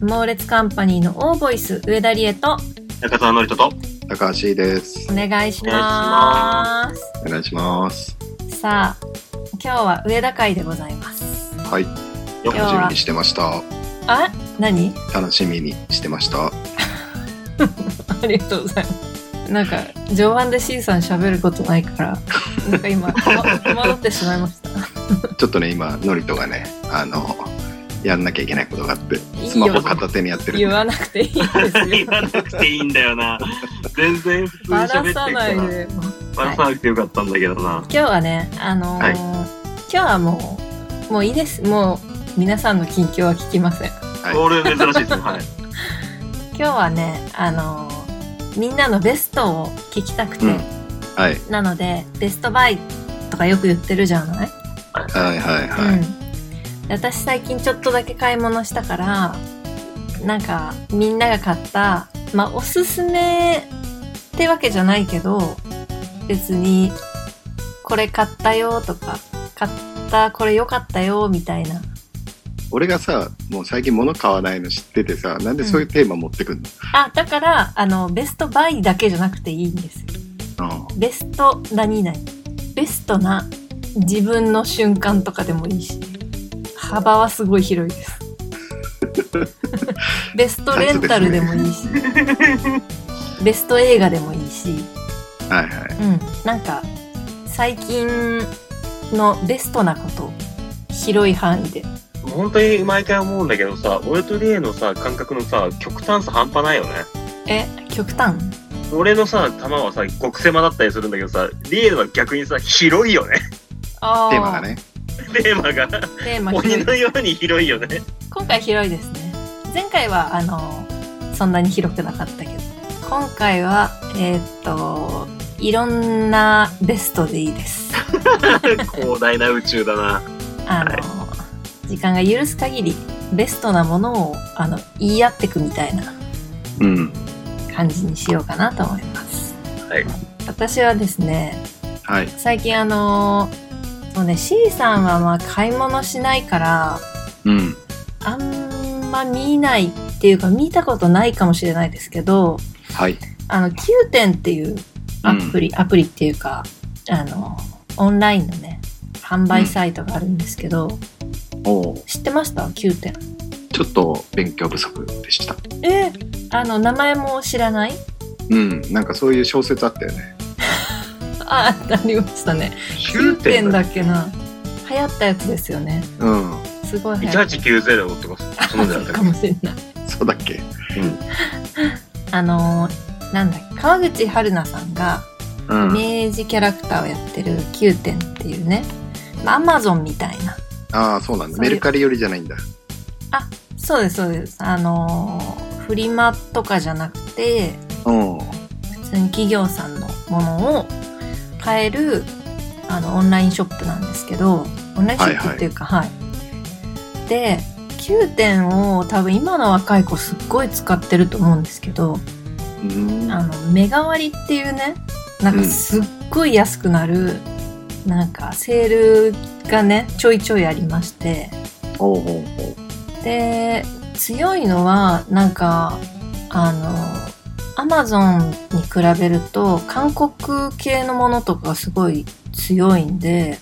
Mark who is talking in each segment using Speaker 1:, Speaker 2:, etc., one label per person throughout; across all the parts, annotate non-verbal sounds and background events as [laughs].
Speaker 1: 猛烈カンパニーのオーボイス上田理恵と
Speaker 2: 中澤のりとと
Speaker 3: 高橋です
Speaker 1: お。願いします
Speaker 3: お願いします。
Speaker 1: さあ今日は上田会でございます
Speaker 3: はい、
Speaker 2: よ
Speaker 1: 今日
Speaker 3: 楽しみ
Speaker 1: は
Speaker 3: にしてました。
Speaker 1: あ何 [laughs]
Speaker 3: 楽しみにしてました。
Speaker 1: ありがとうございますなんか序盤で C さん喋ることない
Speaker 3: [laughs]
Speaker 1: からなんか今戸惑戸惑ってしまいました
Speaker 3: ちょっとね、今、ノリトがね、あの、やんなきゃいけないことがあって、
Speaker 1: いよ
Speaker 3: スマホ片手にやってる
Speaker 1: 言。わなくていい
Speaker 3: [laughs]
Speaker 1: です
Speaker 2: 言
Speaker 1: よ
Speaker 2: わなくていいんだよな全然普通に
Speaker 1: バ
Speaker 2: 喋っ
Speaker 1: ラ
Speaker 2: てる
Speaker 1: さ
Speaker 2: か
Speaker 1: ない
Speaker 2: ら
Speaker 1: でもう
Speaker 2: バラさなくてよかったんだけどな
Speaker 1: 今日はね、あのー
Speaker 2: はい
Speaker 1: 今日はもう、もういいです。もう、皆さんの近況は聞きません。
Speaker 3: はい
Speaker 2: これ珍しいですねはい
Speaker 1: 今日はね、あのーみんなのベストを聞きたくて、
Speaker 3: うんはい、
Speaker 1: なので、ベストバイとかよく言ってるじゃない、
Speaker 3: はい、はい、はい。
Speaker 1: うんで私最近ちょっとだけ買い物したから、なんか、みんなが買った、まあ、おすすめってわけじゃないけど、別に、これ買ったよとか、買った、これ良かったよみたいな
Speaker 3: 俺がさ、もう最近物買わないの知っててさ、なんでそういうテーマ持ってくんの、
Speaker 1: あ、だから、あの、ベストバイだけじゃなくていいんですよ。
Speaker 3: うん
Speaker 1: ベスト何々。ベストな自分の瞬間とかでもいいし。幅はすごい広い
Speaker 3: [laughs]
Speaker 1: です。ベストレンタルでもいいし、ベスト映画でもいいし、
Speaker 3: はい、はい。
Speaker 1: うん。なんか、最近のベストなこと、広い範囲で。
Speaker 2: [laughs] 本当に毎回思うんだけどさ俺とリエのさ感覚のさ極端さ半端ないよね
Speaker 1: え、極端
Speaker 2: 俺のさ球はさ極狭だったりするんだけどさリエのは逆にさ広いよね [laughs]
Speaker 1: あー
Speaker 3: テーマが。ね。
Speaker 2: テーマが
Speaker 1: テーマ広い
Speaker 2: 鬼のように広いよね
Speaker 1: 今回広いですね前回はあのそんなに広くなかったけど今回はえーっといろんなベストでいいです
Speaker 2: [laughs] [laughs] 広大な宇宙だな
Speaker 1: あの、時間が許す限りベストなものをあの言い合ってくみたいな
Speaker 3: うん。
Speaker 1: 感じにしようかなと思います
Speaker 2: はい
Speaker 1: 私はですね
Speaker 3: はい。
Speaker 1: 最近あのそうね C さんはまあ買い物しないから
Speaker 3: うん。
Speaker 1: あんま見ないっていうか見たことないかもしれないですけど
Speaker 3: はい。
Speaker 1: あの、Q 点っていうアプリ、アプリっていうか、あの、オンラインのね、販売サイトがあるんですけど、
Speaker 3: おう
Speaker 1: 知ってました ?Q 点。
Speaker 3: ちょっと勉強不足でした。
Speaker 1: えあの、名前も知らない
Speaker 3: うん。なんかそういう小説あったよね。
Speaker 1: あ、ありましたね。Q 点だっけな。流行ったやつですよね。
Speaker 3: うん。
Speaker 1: すごい流行った。
Speaker 2: 1890とかそんなんじゃなかったっ
Speaker 1: かもしれない。
Speaker 3: そうだっけ
Speaker 2: けうん
Speaker 1: あの、なんだっけ、川口春奈さんが、
Speaker 3: うん。
Speaker 1: 明治キャラクターをやってる Q 点っていうね、まあアマゾンみたいな。
Speaker 3: ああ、そうなんだ。
Speaker 1: そうい
Speaker 3: メ
Speaker 1: う
Speaker 3: ルカリ寄りじゃないんだ。
Speaker 1: そうです、そうです。あのーフリマとかじゃなくて、
Speaker 3: うん。
Speaker 1: 普通に企業さんのものを買える、あの、オンラインショップなんですけど、オンラインショップっていうか、はい、で、9点を多分今の若い子すっごい使ってると思うんですけど、
Speaker 3: うん
Speaker 1: あの、目代わりっていうね、なんかすっごい安くなる、なんかセールがね、ちょいちょいありまして、
Speaker 3: おうおうおう
Speaker 1: で強いのはなんかあのアマゾンに比べると韓国系のものとかがすごい強いんで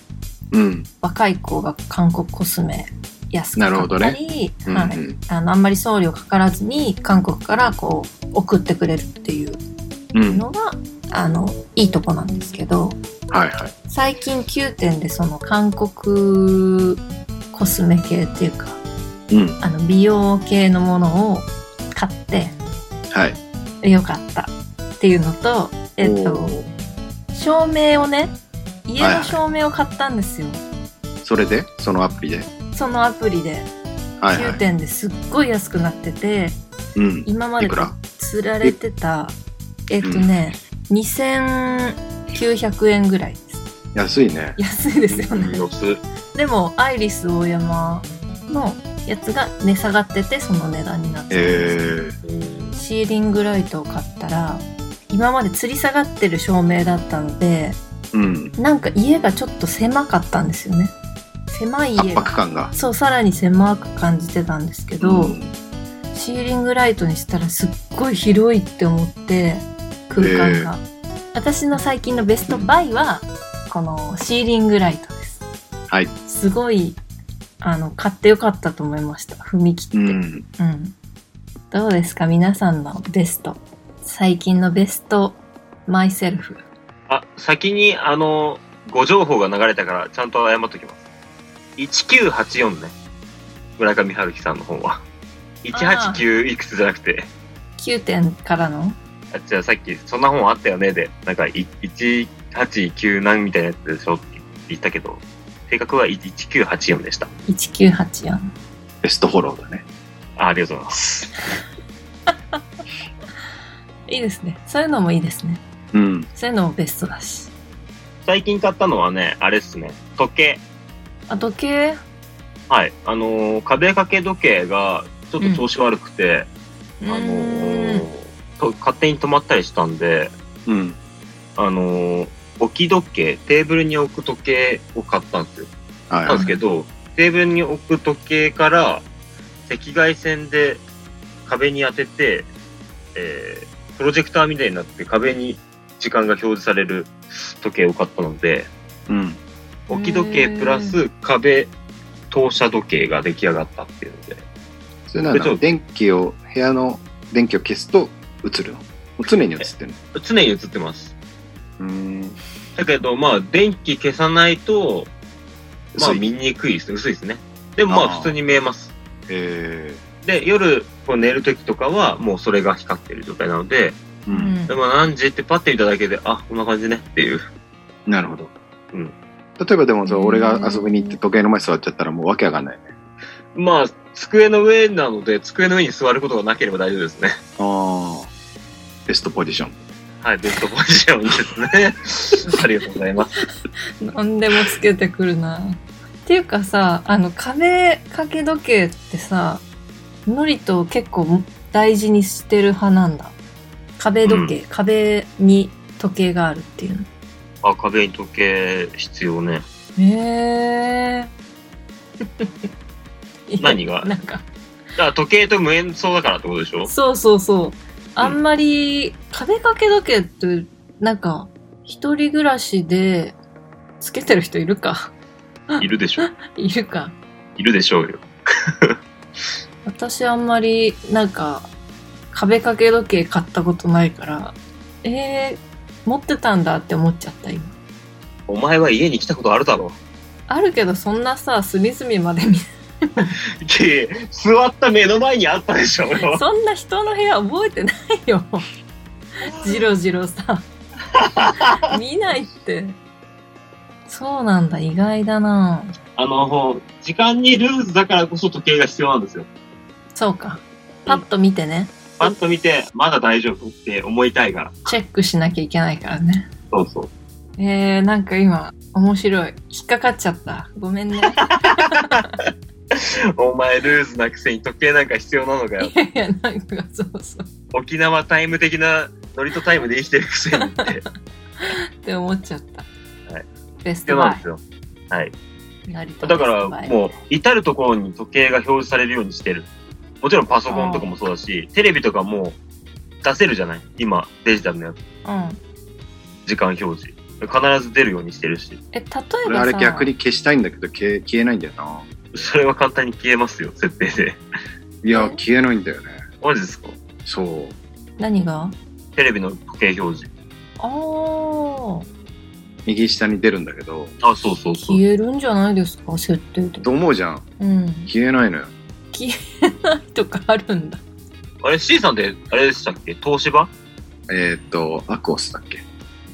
Speaker 3: うん。
Speaker 1: 若い子が韓国コスメ安く買った
Speaker 3: なる
Speaker 1: り、
Speaker 3: うん
Speaker 1: はい
Speaker 3: うん
Speaker 1: あのあんまり送料かからずに韓国からこう送ってくれるっていう
Speaker 3: うん。
Speaker 1: のが、あのいいとこなんですけど
Speaker 3: はいはい。
Speaker 1: 最近9点でその韓国コスメ系っていうか
Speaker 3: うん。
Speaker 1: あの美容系のものを買って
Speaker 3: はい。
Speaker 1: よかったっていうのと、えっ
Speaker 3: お
Speaker 1: と、
Speaker 3: う
Speaker 1: 照明をね家
Speaker 3: はいは
Speaker 1: の
Speaker 3: い
Speaker 1: 照明を買ったんですよ、
Speaker 3: それでそのアプリで。
Speaker 1: そのアプリで
Speaker 3: はいは
Speaker 1: 9
Speaker 3: い。
Speaker 1: 点ですっごい安くなってて
Speaker 3: うん。
Speaker 1: 今まで
Speaker 3: いくら
Speaker 1: 釣られてたえっとね、2900円ぐらいです
Speaker 3: 安いね。
Speaker 1: 安い [laughs] ですよね、
Speaker 2: 四つ
Speaker 1: でもアイリス大山のやつが値下がっててその値段になってたんですけど
Speaker 3: え
Speaker 1: シーリングライトを買ったら今まで吊り下がってる照明だったので
Speaker 3: ー、うん。
Speaker 1: なんか家がちょっと狭かったんですよね狭い
Speaker 3: 圧
Speaker 1: 家が
Speaker 3: 迫感が。
Speaker 1: そうさらに狭く感じてたんですけど、
Speaker 3: うん
Speaker 1: シシーリングライトにしたらすっごい広いって思って空間が、私の最近のベストバイはこのシーリングライトです
Speaker 3: はい
Speaker 1: すごいあの買ってよかったと思いました踏み切って、
Speaker 3: うん。
Speaker 1: うん。どうですか皆さんのベスト。最近のベスト、マイセルフ。
Speaker 2: あ、先に、あの、ご情報が流れたから、ちゃんと謝っときます。1984ね。村上春樹さんの本は。189いくつじゃなくて、
Speaker 1: 9点からの
Speaker 2: あ、じゃあさっき、そんな本あったよねで、なんか、い189何みたいなやつでしょって言ったけど、正確は1984でした。
Speaker 1: 1984。
Speaker 3: ベストフォローだね。
Speaker 2: あありがとうございます。
Speaker 1: いいですね。そういうのもいいですね。
Speaker 3: うん。
Speaker 1: そういうのもベストだし。
Speaker 2: 最近買ったのはね、あれっすね。時計。
Speaker 1: あ、時計
Speaker 2: はい。あのー壁掛け時計が、ちょっと調子悪くて、
Speaker 1: あ
Speaker 2: あのーと勝手に止まったりしたんで、
Speaker 3: うん。
Speaker 2: あのー置き時計、テーブルに置く時計を買ったんですよ。
Speaker 3: はい
Speaker 2: な
Speaker 3: は
Speaker 2: んで
Speaker 3: い
Speaker 2: す。けど、テーブルに置く時計から、赤外線で壁に当てて、えープロジェクターみたいになって壁に時間が表示される時計を買ったので、
Speaker 3: うん。
Speaker 2: 置き時計プラス壁投射時計が出来上がったっていうので、
Speaker 3: それなん
Speaker 2: でちょっ
Speaker 3: だ。
Speaker 2: と
Speaker 3: 電気を、部屋の電気を消すと映るの。もう常に映ってるの。
Speaker 2: 常に映ってます。
Speaker 3: うん。
Speaker 2: だけど、まあ、電気消さないと、まあ、
Speaker 3: 薄い
Speaker 2: 見にくいですね。薄いですね。でも、ま
Speaker 3: あ
Speaker 2: あ、
Speaker 3: ー
Speaker 2: 普通に見えます。
Speaker 3: え
Speaker 2: で、夜、こう寝る時とかは、もうそれが光ってる状態なので、
Speaker 3: ーう。
Speaker 1: うんん
Speaker 2: でまあ、何時ってパッて見ただけで、あ、こんな感じねっていう。 [laughs]
Speaker 3: なるほど。
Speaker 2: うん。
Speaker 3: 例えばでもそう、俺が遊びに行って時計の前に座っちゃったらもうわけわかんないね。
Speaker 2: まあ、机の上なので、机の上に座ることがなければ大丈夫ですね。 [laughs]
Speaker 3: ああ。ベストポジション。
Speaker 2: はい、ベストポジションですね。あ [laughs] りがとうございます。
Speaker 1: 何でもつけてくるな。っていうかさ、あの、壁掛け時計ってさ、のりと結構大事にしてる派なんだ。壁時計、壁に時計があるっていうの。
Speaker 2: あ、壁に時計必要ね。
Speaker 1: へ [laughs] え。
Speaker 2: 何が
Speaker 1: なんか、
Speaker 2: だから時計と無縁そうだからってことでしょ
Speaker 1: そうそうそう。あんまり、壁掛け時計って、なんか、一人暮らしで、つけてる人いるか [laughs]
Speaker 2: いるでしょ
Speaker 1: いるか。
Speaker 2: いるでしょうよ。
Speaker 1: 私あんまり、なんか、壁掛け時計買ったことないから、えー、持ってたんだって思っちゃった今。
Speaker 2: お前は家に来たことあるだろ
Speaker 1: あるけど、そんなさ、隅々まで見
Speaker 2: いやいや座った目の前にあったでしょ俺は
Speaker 1: [laughs] そんな人の部屋覚えてない [laughs] よ。ジロジロさ。 [laughs] 見ないって。そうなんだ、意外だな。
Speaker 2: あの、時間にルーズだからこそ時計が必要なんですよ。
Speaker 1: そうか。パッと見てね。
Speaker 2: パッと見て、まだ大丈夫って思いたいから。
Speaker 1: チェックしなきゃいけないからね。
Speaker 2: そうそう。
Speaker 1: えー、なんか今、面白い。引っかかっちゃった。ごめんね。
Speaker 2: お前ルーズなくせに時計なんか必要なのかよ
Speaker 1: い。やいや、なんか、そうそう。
Speaker 2: 沖縄タイム的なノリとタイムで生きてるくせに [laughs] っ
Speaker 1: っ
Speaker 2: て。
Speaker 1: て思っちゃった。
Speaker 2: はい
Speaker 1: ベス
Speaker 2: 必要
Speaker 1: ト
Speaker 2: なん
Speaker 1: バ
Speaker 2: ですよ。はい。
Speaker 1: イ。だか
Speaker 2: だから、もう、至るところに時計が表示されるようにしてる。もちろんパソコンとかもそうだし、テレビとかも出せるじゃない今、デジタルのやつ。
Speaker 1: う。うん。
Speaker 2: 時間表示。必ず出るようにしてるし。
Speaker 1: え、例えば
Speaker 3: 俺
Speaker 1: さ、
Speaker 3: あれ逆に消したいんだけど消え消えないんだよな。
Speaker 2: それは簡単に消えますよ、設定で。
Speaker 3: いや、消えないんだよね。
Speaker 2: マジですか
Speaker 3: そう。
Speaker 1: 何が
Speaker 2: テレビの時計表示。
Speaker 1: あー。
Speaker 3: 右下に出るんだけど、
Speaker 2: あ、そうそうそう。
Speaker 1: 消えるんじゃないですか設定とか
Speaker 3: と思うじゃん。
Speaker 1: うん [laughs]
Speaker 3: 消えないのよ。
Speaker 1: 消えないとかあるんだ
Speaker 2: あれ、C さんって、あれでしたっけ東芝
Speaker 3: えーっと、アクオスだっけ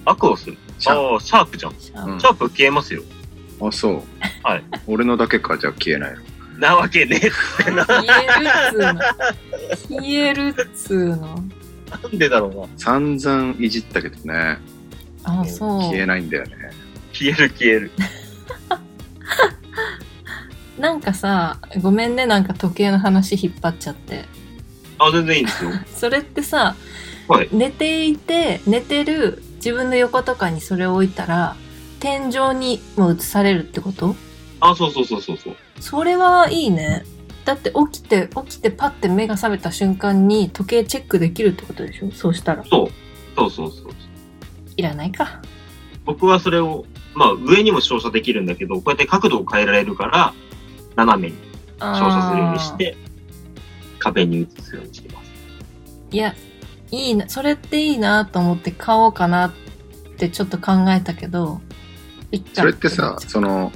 Speaker 2: アクオス
Speaker 3: シャ
Speaker 2: ああ、シャープじゃん。シ
Speaker 1: シャープ
Speaker 3: うん
Speaker 2: ャープ消えますよ。
Speaker 3: あ、そう。
Speaker 2: はい。
Speaker 3: 俺のだけか、じゃあ消えないの。
Speaker 2: なわけねえ。
Speaker 1: 消えるっつうの消えるっつうの
Speaker 2: なんでだろうな。
Speaker 3: 散々いじったけどね、
Speaker 1: あそ
Speaker 3: 消えないんだよね。
Speaker 2: 消える消える。
Speaker 1: うなんかさごめんねなんか時計の話引っ張っちゃって
Speaker 2: あ、全然いいんですよ。
Speaker 1: それってさ、
Speaker 2: はい
Speaker 1: 寝ていて寝てる自分の横とかにそれを置いたら天井にも映されるってこと
Speaker 2: あ、そうそうそうそうそう。
Speaker 1: それはいいねだって起きて起きてパッて目が覚めた瞬間に時計チェックできるってことでしょそうしたら
Speaker 2: そう。そうそうそう。
Speaker 1: いらないか
Speaker 2: 僕はそれを、まあ上にも照射できるんだけど、こうやって角度を変えられるから、斜めに照射するようにして、壁に映すようにしてます。
Speaker 1: いやいいなそれっていいなと思って買おうかなってちょっと考えたけどいっか
Speaker 3: それって
Speaker 1: な
Speaker 3: さ
Speaker 1: っちゃう
Speaker 3: その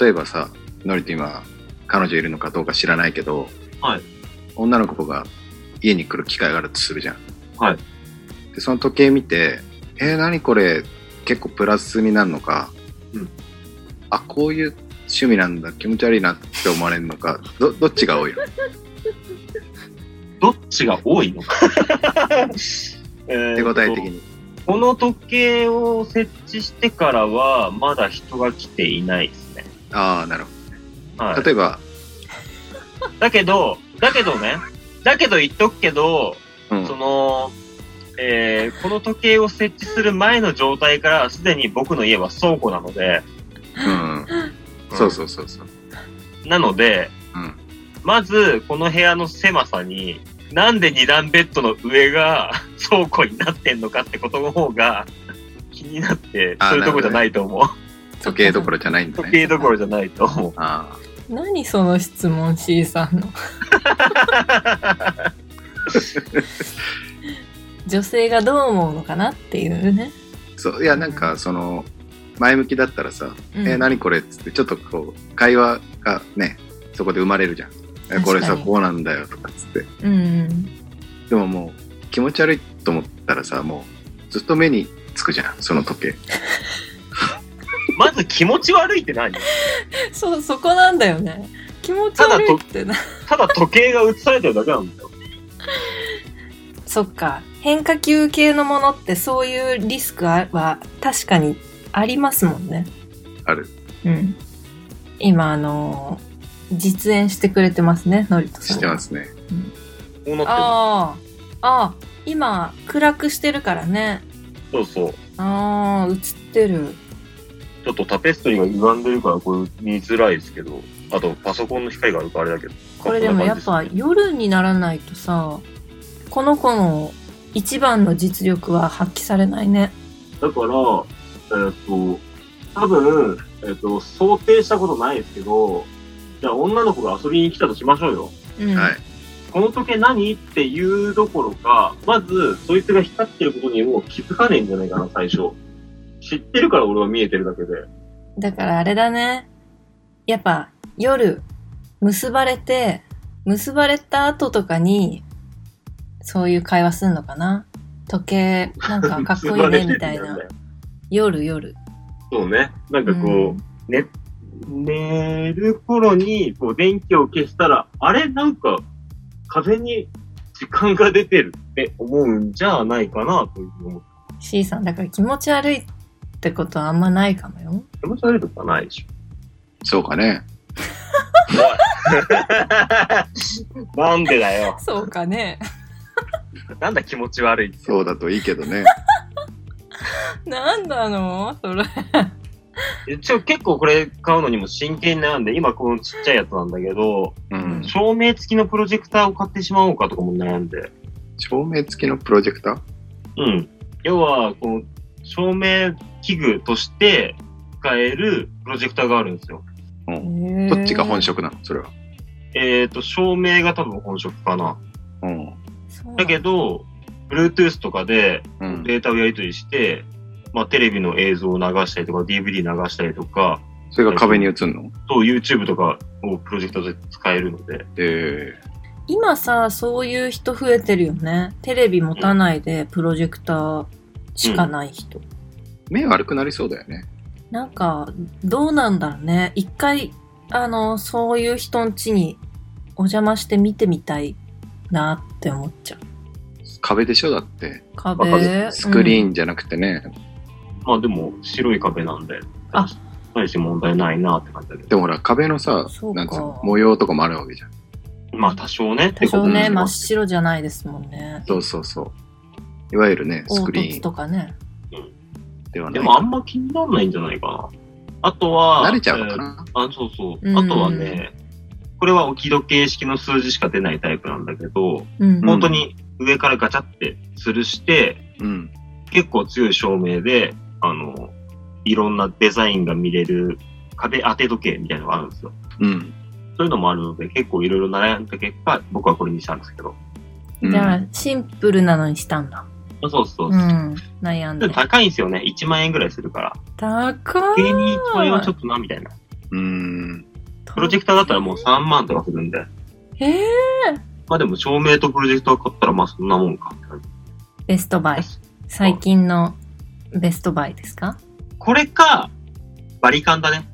Speaker 3: 例えばさノリと今彼女いるのかどうか知らないけど、
Speaker 2: はい
Speaker 3: 女の子が家に来る機会があるとするじゃん。
Speaker 2: はい
Speaker 3: でその時計見て「えー、何これ結構プラスになるのか、
Speaker 2: うん
Speaker 3: あこういう趣味なんだ気持ち悪いな」って思われるのかどどっちが多いの
Speaker 2: どっちが多いの [laughs] え
Speaker 3: 手
Speaker 2: ー
Speaker 3: 応
Speaker 2: と
Speaker 3: え的に。
Speaker 2: この時計を設置してからは、まだ人が来ていないですね。
Speaker 3: ああなるほ
Speaker 2: は
Speaker 3: ど。
Speaker 2: い、
Speaker 3: 例えば、
Speaker 2: だけど、だけどね、だけど言っとくけど、
Speaker 3: うん
Speaker 2: その、えーこの時計を設置する前の状態から、すでに僕の家は倉庫なので、
Speaker 3: うん、そうそうそうそう。
Speaker 2: なので、
Speaker 3: うん
Speaker 2: まず、この部屋の狭さに、なんで二段ベッドの上が [laughs] 倉庫になってんのかってことの方が [laughs] 気になって、
Speaker 3: あ
Speaker 2: そういうとこじゃ
Speaker 3: な
Speaker 2: ないと思う。
Speaker 3: 時計どころじゃないんだね。
Speaker 2: 時計どころじゃないと思う。
Speaker 3: ああ
Speaker 1: 何その質問 C さ
Speaker 3: [laughs]
Speaker 1: んの女性がどう思うのかなっていうね、
Speaker 3: そういやなんかその前向きだったらさ「
Speaker 1: うん
Speaker 3: えー何これ」っつってちょっとこう会話がねそこで生まれるじゃんえ「これ
Speaker 1: 確
Speaker 3: さ
Speaker 1: かに
Speaker 3: こうなんだよ」とかっつって
Speaker 1: うん
Speaker 3: でももう気持ち悪いと思ったらさもうずっと目につくじゃんその時計
Speaker 2: まず気持ち悪いって何
Speaker 1: そうそこなんだよね気持ち悪いってな
Speaker 2: ただ時計が映されてるだけなんだよ。
Speaker 1: そっか変化球系のものってそういうリスクはは確かにありますもんね
Speaker 3: ある
Speaker 1: うん今あのー実演してくれてますねノリトさん
Speaker 3: してますね
Speaker 2: こうなっ
Speaker 1: ああああ今暗くしてるからね
Speaker 2: てる。そうそう。
Speaker 1: ああ映ってる
Speaker 2: ちょっとタペストリーが歪んでるから、これ見づらいですけど、あとパソコンの光があるからあれだけど。
Speaker 1: これでもやっぱ夜にならないとさこの子の一番の実力は発揮されないね
Speaker 2: だから、えっ、と、多分、えっ、と、想定したことないですけど、じゃあ女の子が遊びに来たとしましょうよ。
Speaker 1: うん、
Speaker 3: はい
Speaker 2: この時計何っていうどころか、まず、そいつが光ってることにもう気づかねえんじゃないかな、最初。知ってるから俺は見えてるだけで。
Speaker 1: だからあれだねやっぱ夜結ばれて結ばれた後とかにそういう会話すんのかな時計なんかかっこいいねみ
Speaker 2: [laughs]
Speaker 1: たいな夜夜
Speaker 2: そうね。なんかこう、
Speaker 1: うん
Speaker 2: ね、寝る頃に、こう、電気を消したら、あれなんか、風に時間が出てるって思うんじゃないかな、というふうに思って。
Speaker 1: C さんだから気持ち悪いってことはあんまないかもよ
Speaker 2: 気持ち悪いとかないでし
Speaker 3: そうかね
Speaker 2: ょ。 [laughs] なんでだよ。
Speaker 1: そうかね [laughs]
Speaker 2: なんだ気持ち悪いって。
Speaker 3: そうだといいけどね
Speaker 1: なんだのそれ
Speaker 2: 一応結構これ買うのにも真剣に悩んで、今このちっちゃいやつなんだけど、
Speaker 3: うん
Speaker 2: 照明付きのプロジェクターを買ってしまおうかとかも悩んで。
Speaker 3: 照明付きのプロジェクター
Speaker 2: うん。要は、この照明器具として使えるプロジェクターがあるんですよ。
Speaker 3: どっちが本職なのそれは
Speaker 2: えっ、と、照明が多分本職かな。
Speaker 3: うん
Speaker 2: だけど、Bluetooth とかで
Speaker 3: うん
Speaker 2: データをやり取りして、まあ、テレビの映像を流したりとか、DVD 流したりとか、
Speaker 3: それが壁に映んの
Speaker 2: と YouTube とかをプロジェクターで使えるので、
Speaker 3: え
Speaker 1: 今さそういう人増えてるよねテレビ持たないでプロジェクターしかない人、
Speaker 3: ー、目悪くなりそうだよね
Speaker 1: なんかどうなんだろうね一回あのそういう人ん家にお邪魔して見てみたいなって思っちゃう
Speaker 3: 壁でしょだって
Speaker 2: わか
Speaker 1: 壁
Speaker 3: スクリ
Speaker 1: ン、
Speaker 3: ーンじゃなくてね、
Speaker 2: まあでも白い壁なんで、
Speaker 1: あ
Speaker 2: 大して問題ないなって感じだけ
Speaker 3: で
Speaker 2: ど、
Speaker 3: もほら壁のさ
Speaker 1: そうか
Speaker 3: なんつうの模様とかもあるわけじゃん
Speaker 2: まあ多少
Speaker 1: 多少
Speaker 2: ね、って
Speaker 1: ね
Speaker 2: ことになり
Speaker 1: 真っ
Speaker 2: ます
Speaker 1: 白じゃないですもんね
Speaker 3: そうそうそういわゆるねス
Speaker 1: 凹
Speaker 3: クリ
Speaker 1: 凸
Speaker 3: ーン
Speaker 1: とかね
Speaker 3: ではな
Speaker 2: で
Speaker 3: い
Speaker 2: もあんま気にならないんじゃないかな。あとは、
Speaker 3: 慣れちゃうのかな、
Speaker 2: あ、そうそうう。
Speaker 1: ん
Speaker 2: あとはね、これは置き時計式の数字しか出ないタイプなんだけど、
Speaker 1: うん。
Speaker 2: 本当に上からガチャって吊るして、
Speaker 3: うん。
Speaker 2: 結構強い照明で、あの、いろんなデザインが見れる壁当て時計みたいなのがあるんですよ。
Speaker 3: うん。
Speaker 2: そういうのもあるので、結構いろいろ悩んだ結果、僕はこれにしたんですけど。
Speaker 3: うん
Speaker 1: じゃあ、シンプルなのにしたんだ。
Speaker 2: あそうそう
Speaker 1: う
Speaker 2: そう。
Speaker 1: ん。悩んで
Speaker 2: でも。高いんですよね。1万円ぐらいするから。
Speaker 1: 高
Speaker 2: 芸人1万円はちょっとな、みたいな。
Speaker 3: うん。
Speaker 2: プロジェクターだったらもう3万とかするんで。
Speaker 1: えー、
Speaker 2: まあでも照明とプロジェクター買ったらまあそんなもんかって感じ。
Speaker 1: ベストバイ。最近のベストバイですか
Speaker 2: これか、バリカンだね。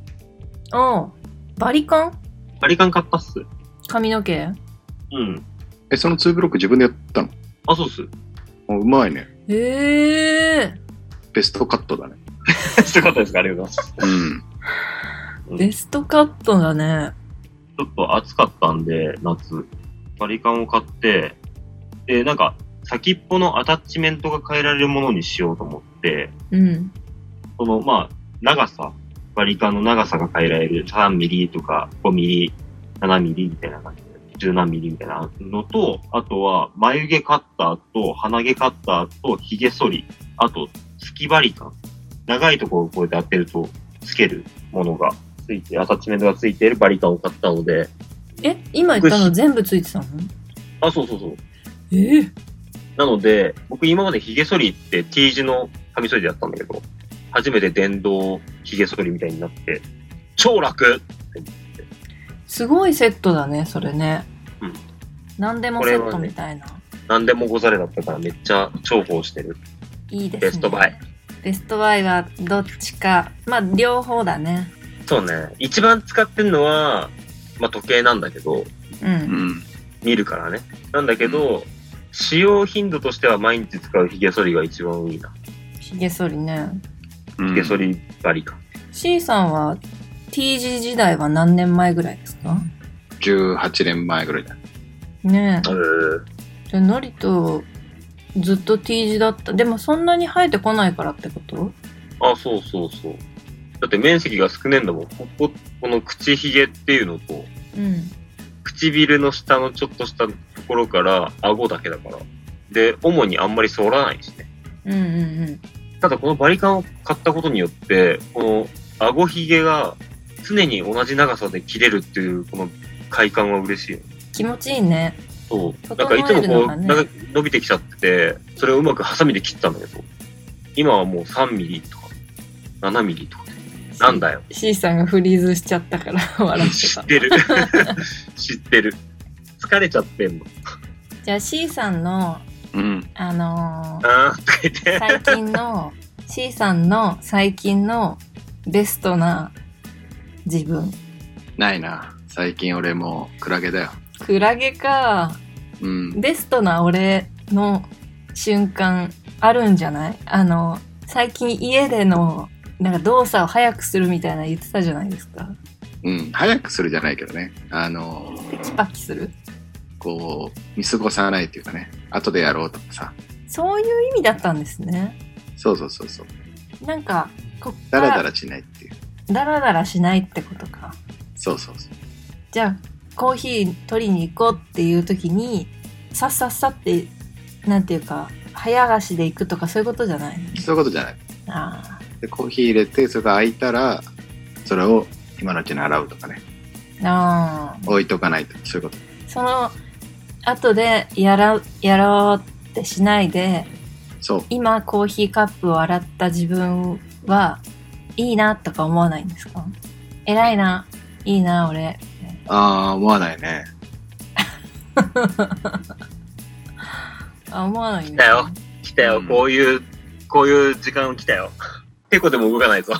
Speaker 1: おうバリカン
Speaker 2: バリカン買ったっす。
Speaker 1: 髪の毛
Speaker 2: うん。
Speaker 3: え、その2ブロック自分でやったの
Speaker 2: あ、そうっす。
Speaker 3: あうまいね。
Speaker 1: ええ
Speaker 3: ベストカットだね。
Speaker 2: そういうことですかありがとうございます。
Speaker 3: うん。
Speaker 1: ー、ベストカットだね。
Speaker 2: ちょっと暑かったんで、夏。バリカンを買って、で、なんか、先っぽのアタッチメントが変えられるものにしようと思って、
Speaker 1: うん。
Speaker 2: その、まあ、長さ、バリカンの長さが変えられる3ミリとか5ミリ、7ミリみたいな感じで、10何ミリみたいなのと、あとは眉毛カッターと鼻毛カッターと髭剃り、あと、突きバリカン。長いところをこうやって当てると、つけるものがついて、アタッチメントがついているバリカンを買ったので、
Speaker 1: え、今言ったの全部ついてたの
Speaker 2: あ、そうそうそう。
Speaker 1: ええ
Speaker 2: なので、僕今まで髭剃りって T 字のカミソリでやったんだけど、初めて電動髭剃りみたいになって、超楽
Speaker 1: すごいセットだね、それね。
Speaker 2: うん。
Speaker 1: 何でもセットみたいな。
Speaker 2: 何でもござれだったからめっちゃ重宝してる。
Speaker 1: いいですね。
Speaker 2: ベストバイ。
Speaker 1: ベストバイはどっちか。まあ、両方だね。
Speaker 2: そうね。一番使ってんのは、まあ、時計なんだけど、
Speaker 1: う。
Speaker 3: うんん。
Speaker 2: 見るからね。なんだけど、使用頻度としては毎日使う髭剃りが一番いいな。
Speaker 1: ひげ剃りね。
Speaker 3: うん
Speaker 2: 髭剃りバリか。
Speaker 1: C さんは T g 時代は何年前ぐらいですか
Speaker 3: 18年前ぐらいだ。
Speaker 1: ね
Speaker 2: うー
Speaker 1: え。じゃあ、のりとずっと T 字だった。でもそんなに生えてこないからってこと
Speaker 2: あ、そうそうそう。だって面積が少ねえんだもん。ここ、この口髭っていうのと、
Speaker 1: うん。
Speaker 2: 唇の下のちょっとしたところから顎だけだから。で、主にあんまり反らないしね。
Speaker 1: うんうん
Speaker 2: ただこのバリカンを買ったことによって、この顎ひげが常に同じ長さで切れるっていう、この快感は嬉しいよね。
Speaker 1: うん。気持ちいいね。
Speaker 2: そう。なん
Speaker 1: 整
Speaker 2: か
Speaker 1: え
Speaker 2: いつも
Speaker 1: る
Speaker 2: こ
Speaker 1: の
Speaker 2: う、
Speaker 1: がね
Speaker 2: なんか伸びてきちゃって、それをうまくハサミで切ったんだけど、今はもう3ミリとか、7ミリとかで。なんだよ。
Speaker 1: C さんがフリーズしちゃったから [laughs] 笑って
Speaker 2: 知
Speaker 1: た
Speaker 2: っ。てる。 [laughs] 知ってる。疲れちゃってんの。
Speaker 1: じゃあ C さんの、
Speaker 3: うん。
Speaker 1: あの
Speaker 2: あーとか言って
Speaker 1: ー。最近の、C [laughs] さんの最近のベストな自分。
Speaker 3: ないな。最近俺もうクラゲだよ。
Speaker 1: クラゲか。
Speaker 3: うん。
Speaker 1: ベストな俺の瞬間あるんじゃないあの、最近家での、なんか動作を早くするみたいなの言ってたじゃないですか。
Speaker 3: うん。早くするじゃないけどね。あの、
Speaker 1: パキパキする。
Speaker 3: こう、見過ごさないっていうかね。後でやろうとかさ。
Speaker 1: そういう意味だったんですね。
Speaker 3: そうそうそうそう。
Speaker 1: なんか、こっ
Speaker 3: だ
Speaker 1: からら
Speaker 3: だらしないっていう。
Speaker 1: ダラダラしないってことか。
Speaker 3: そうそうそう。
Speaker 1: じゃあ、コーヒー取りに行こうっていう時に、さっさっさって、なんていうか、早足で行くとかそういうことじゃないの
Speaker 3: そういうことじゃない。
Speaker 1: あ
Speaker 3: で、コーヒー入れて、それが空いたら、それを今のうちに洗うとかね。
Speaker 1: ーあー。
Speaker 3: 置いとかないとか。そういうこと。
Speaker 1: その後でやらやろうってしないで
Speaker 3: そう。
Speaker 1: 今コーヒーカップを洗った自分はいいなとか思わないんですか偉いないいな俺
Speaker 3: ああ、思わないね。
Speaker 1: あ思わないん
Speaker 2: だよ
Speaker 1: ね
Speaker 2: 来たよ、
Speaker 3: うん
Speaker 2: こういう、こういう時間来たよ。結構でも動かないぞ。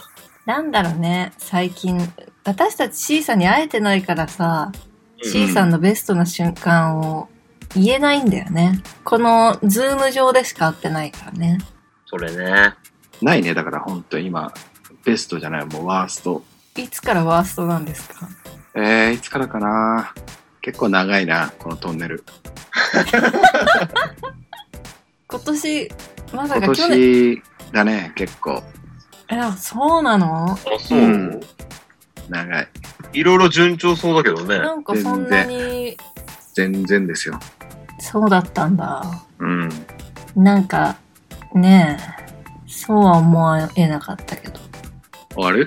Speaker 1: なんだろうね最近私たち C さんに会えてないからさ、
Speaker 2: うん
Speaker 1: C さんのベストな瞬間を言えないんだよねこのズーム上でしか会ってないからね
Speaker 2: それね。
Speaker 3: ないね。だから本当に今、ベストじゃない、もうワースト。
Speaker 1: いつからワーストなんですか
Speaker 3: えー、いつからかな結構長いな、このトンネル。
Speaker 1: 今年まさ
Speaker 3: 今
Speaker 1: か去年
Speaker 3: 年だね、結構。
Speaker 1: え、そうなの
Speaker 2: あ、そう
Speaker 3: うん長い。
Speaker 2: いろいろ順調そうだけどね。
Speaker 1: なんかそんなに
Speaker 3: 全然ですよ。
Speaker 1: そうだったんだ。
Speaker 3: うん。
Speaker 1: なんか、ねえ、そうは思えなかったけど。
Speaker 3: あれ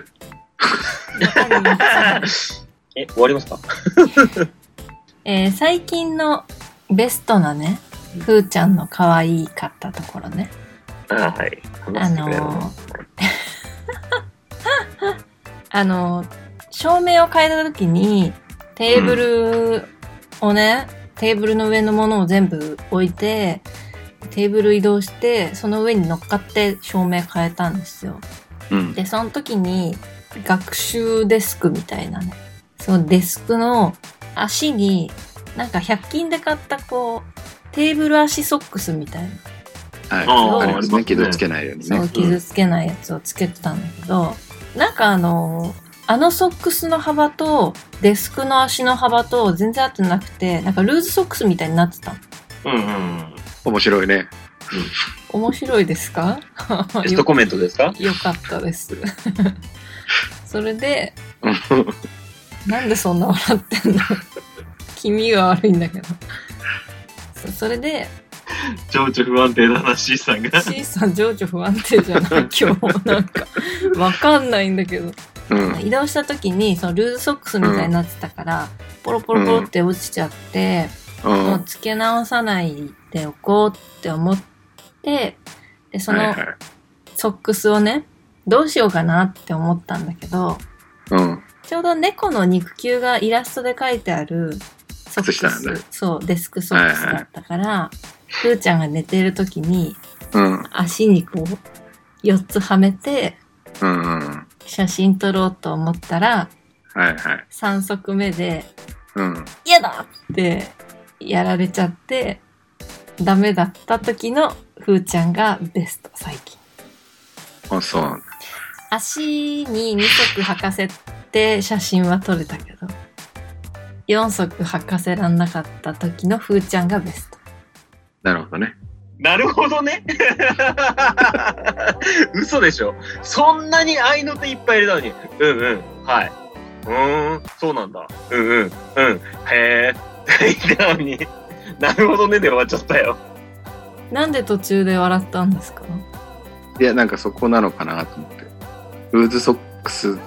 Speaker 2: え、終わりますか
Speaker 1: えー最近のベストなね、ふーちゃんの可愛かったところね。
Speaker 2: あはい。
Speaker 1: あのーあのー照明を変えた時に、テーブルをね、テーブルの上のものを全部置いて、テーブル移動して、その上に乗っかって照明変えたんですよ。
Speaker 3: うん。
Speaker 1: で、その時に、学習デスクみたいなね、そのデスクの足に、なんか100均で買ったこう、テーブル足ソックスみたいな。
Speaker 3: は
Speaker 1: ー
Speaker 2: あ
Speaker 3: い。あります
Speaker 2: ありますね
Speaker 3: ね。傷つけないようにね。
Speaker 1: そう、傷つけないやつをつけてたんだけど、なんかあの、あのソックスの幅とデスクの足の幅と全然合ってなくて、なんかルーズソックスみたいになってたの。
Speaker 2: うんうん。
Speaker 3: 面白いね。
Speaker 1: 面白いですか [laughs]
Speaker 2: ベストコメントですか
Speaker 1: よかったです。それで、
Speaker 3: うん
Speaker 1: なんでそんな笑ってんの [laughs] 気味が悪いんだけど。そそれで、
Speaker 2: 情緒不安定だな、C さんが
Speaker 1: C さん情緒不安定じゃない今日なんか、わかんないんだけど。
Speaker 3: うん。
Speaker 1: 移動した時にそのルーズソックスみたいになってたから、ポロポロポロって落ちちゃって、
Speaker 3: う。
Speaker 1: もうんつけ直さないでおこうって思ってでそ
Speaker 3: はい
Speaker 1: の
Speaker 3: はい
Speaker 1: ソックスをねどうしようかなって思ったんだけど
Speaker 3: うん。
Speaker 1: ちょうど猫の肉球がイラストで描いてあるソック
Speaker 3: 靴下なんだ
Speaker 1: スそうデスクソックスだったから、ふーちゃんが寝てる時に
Speaker 3: うん。
Speaker 1: 足にこう4つはめて
Speaker 3: うん。うん
Speaker 1: 写真撮ろうと思ったら
Speaker 3: はいはい。
Speaker 1: 3足目で
Speaker 3: うん。
Speaker 1: 嫌だってやられちゃってダメだった時のふーちゃんがベスト最近
Speaker 3: あ、そう。
Speaker 1: 足に2足履かせて写真は撮れたけど4足履かせらんなかった時のふーちゃんがベスト
Speaker 3: なるほどね。
Speaker 2: [laughs] なるほどね。 [laughs] 嘘でしょ。そんなに愛の手いっぱい入れたのに。うんうん。はい。うーん、そうなんだ。うんうん。うん。へえ。って言ったのに。なるほどねで終わっちゃったよ。
Speaker 1: なんで途中で笑ったんですか
Speaker 3: いや、なんかそこなのかなと思って。ルーズソックス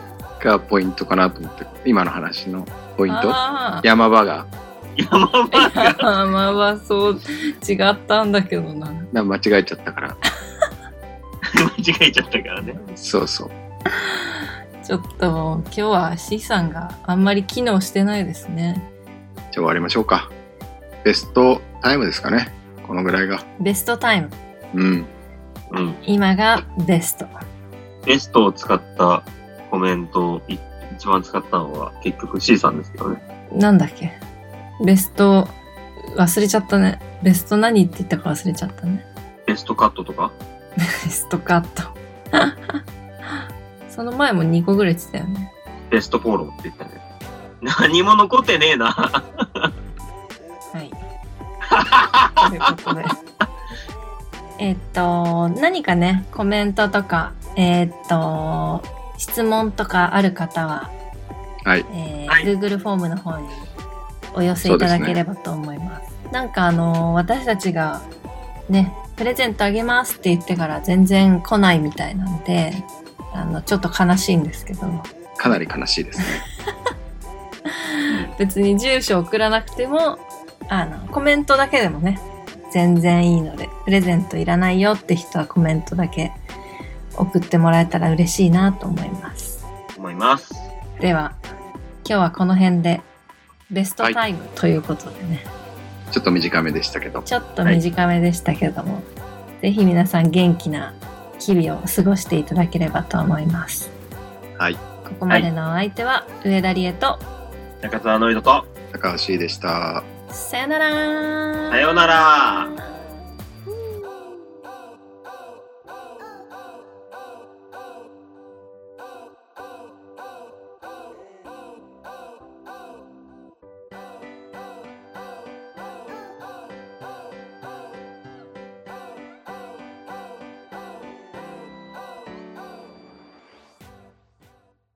Speaker 3: がポイントかなと思って。今の話のポイント。
Speaker 1: ああ
Speaker 3: 山場が。
Speaker 2: 山場
Speaker 1: いや [laughs] まあまあそう違ったんだけどな
Speaker 3: なんか間違えちゃったから。
Speaker 2: 間違えちゃったからね。
Speaker 3: そうそう。
Speaker 1: ちょっともう今日は C さんがあんまり機能してないですね
Speaker 3: じゃあ終わりましょうか。ベストタイムですかね。このぐらいが。
Speaker 1: ベストタイム
Speaker 3: うん。
Speaker 2: うん。
Speaker 1: 今がベスト
Speaker 2: ベストを使ったコメントをい一番使ったのは結局 C さんですけどね。
Speaker 1: なんだっけベスト忘れちゃったねベスト何って言ったか忘れちゃったね
Speaker 2: ベストカットとか
Speaker 1: ベストカット [laughs] その前も2個ぐらい言ってたよね
Speaker 2: ベストフォローって言ったね。 [laughs] 何も残ってねえな。
Speaker 1: はいということで [laughs] えっと何かねコメントとかえっと質問とかある方は、
Speaker 3: はい
Speaker 1: えー
Speaker 2: はい
Speaker 1: Google フォームの方にお寄せいただければと思います。なんかあの私たちがねプレゼントあげますって言ってから全然来ないみたいなんであのちょっと悲しいんですけど
Speaker 3: かなり悲しいですね。
Speaker 1: 別に住所送らなくてもあのコメントだけでもね全然いいのでプレゼントいらないよって人はコメントだけ送ってもらえたら嬉しいなと思います
Speaker 2: 思います。
Speaker 1: では今日はこの辺でベストタイムということでね、
Speaker 3: ちょっと短めでしたけど。
Speaker 1: ちょっと短めでしたけども、ぜひ皆さん元気な日々を過ごしていただければと思います
Speaker 3: はい
Speaker 1: ここまでのお相手は上田理恵と、
Speaker 2: 中澤のりとと。
Speaker 3: 高橋でした。
Speaker 1: さよなら
Speaker 2: さよなら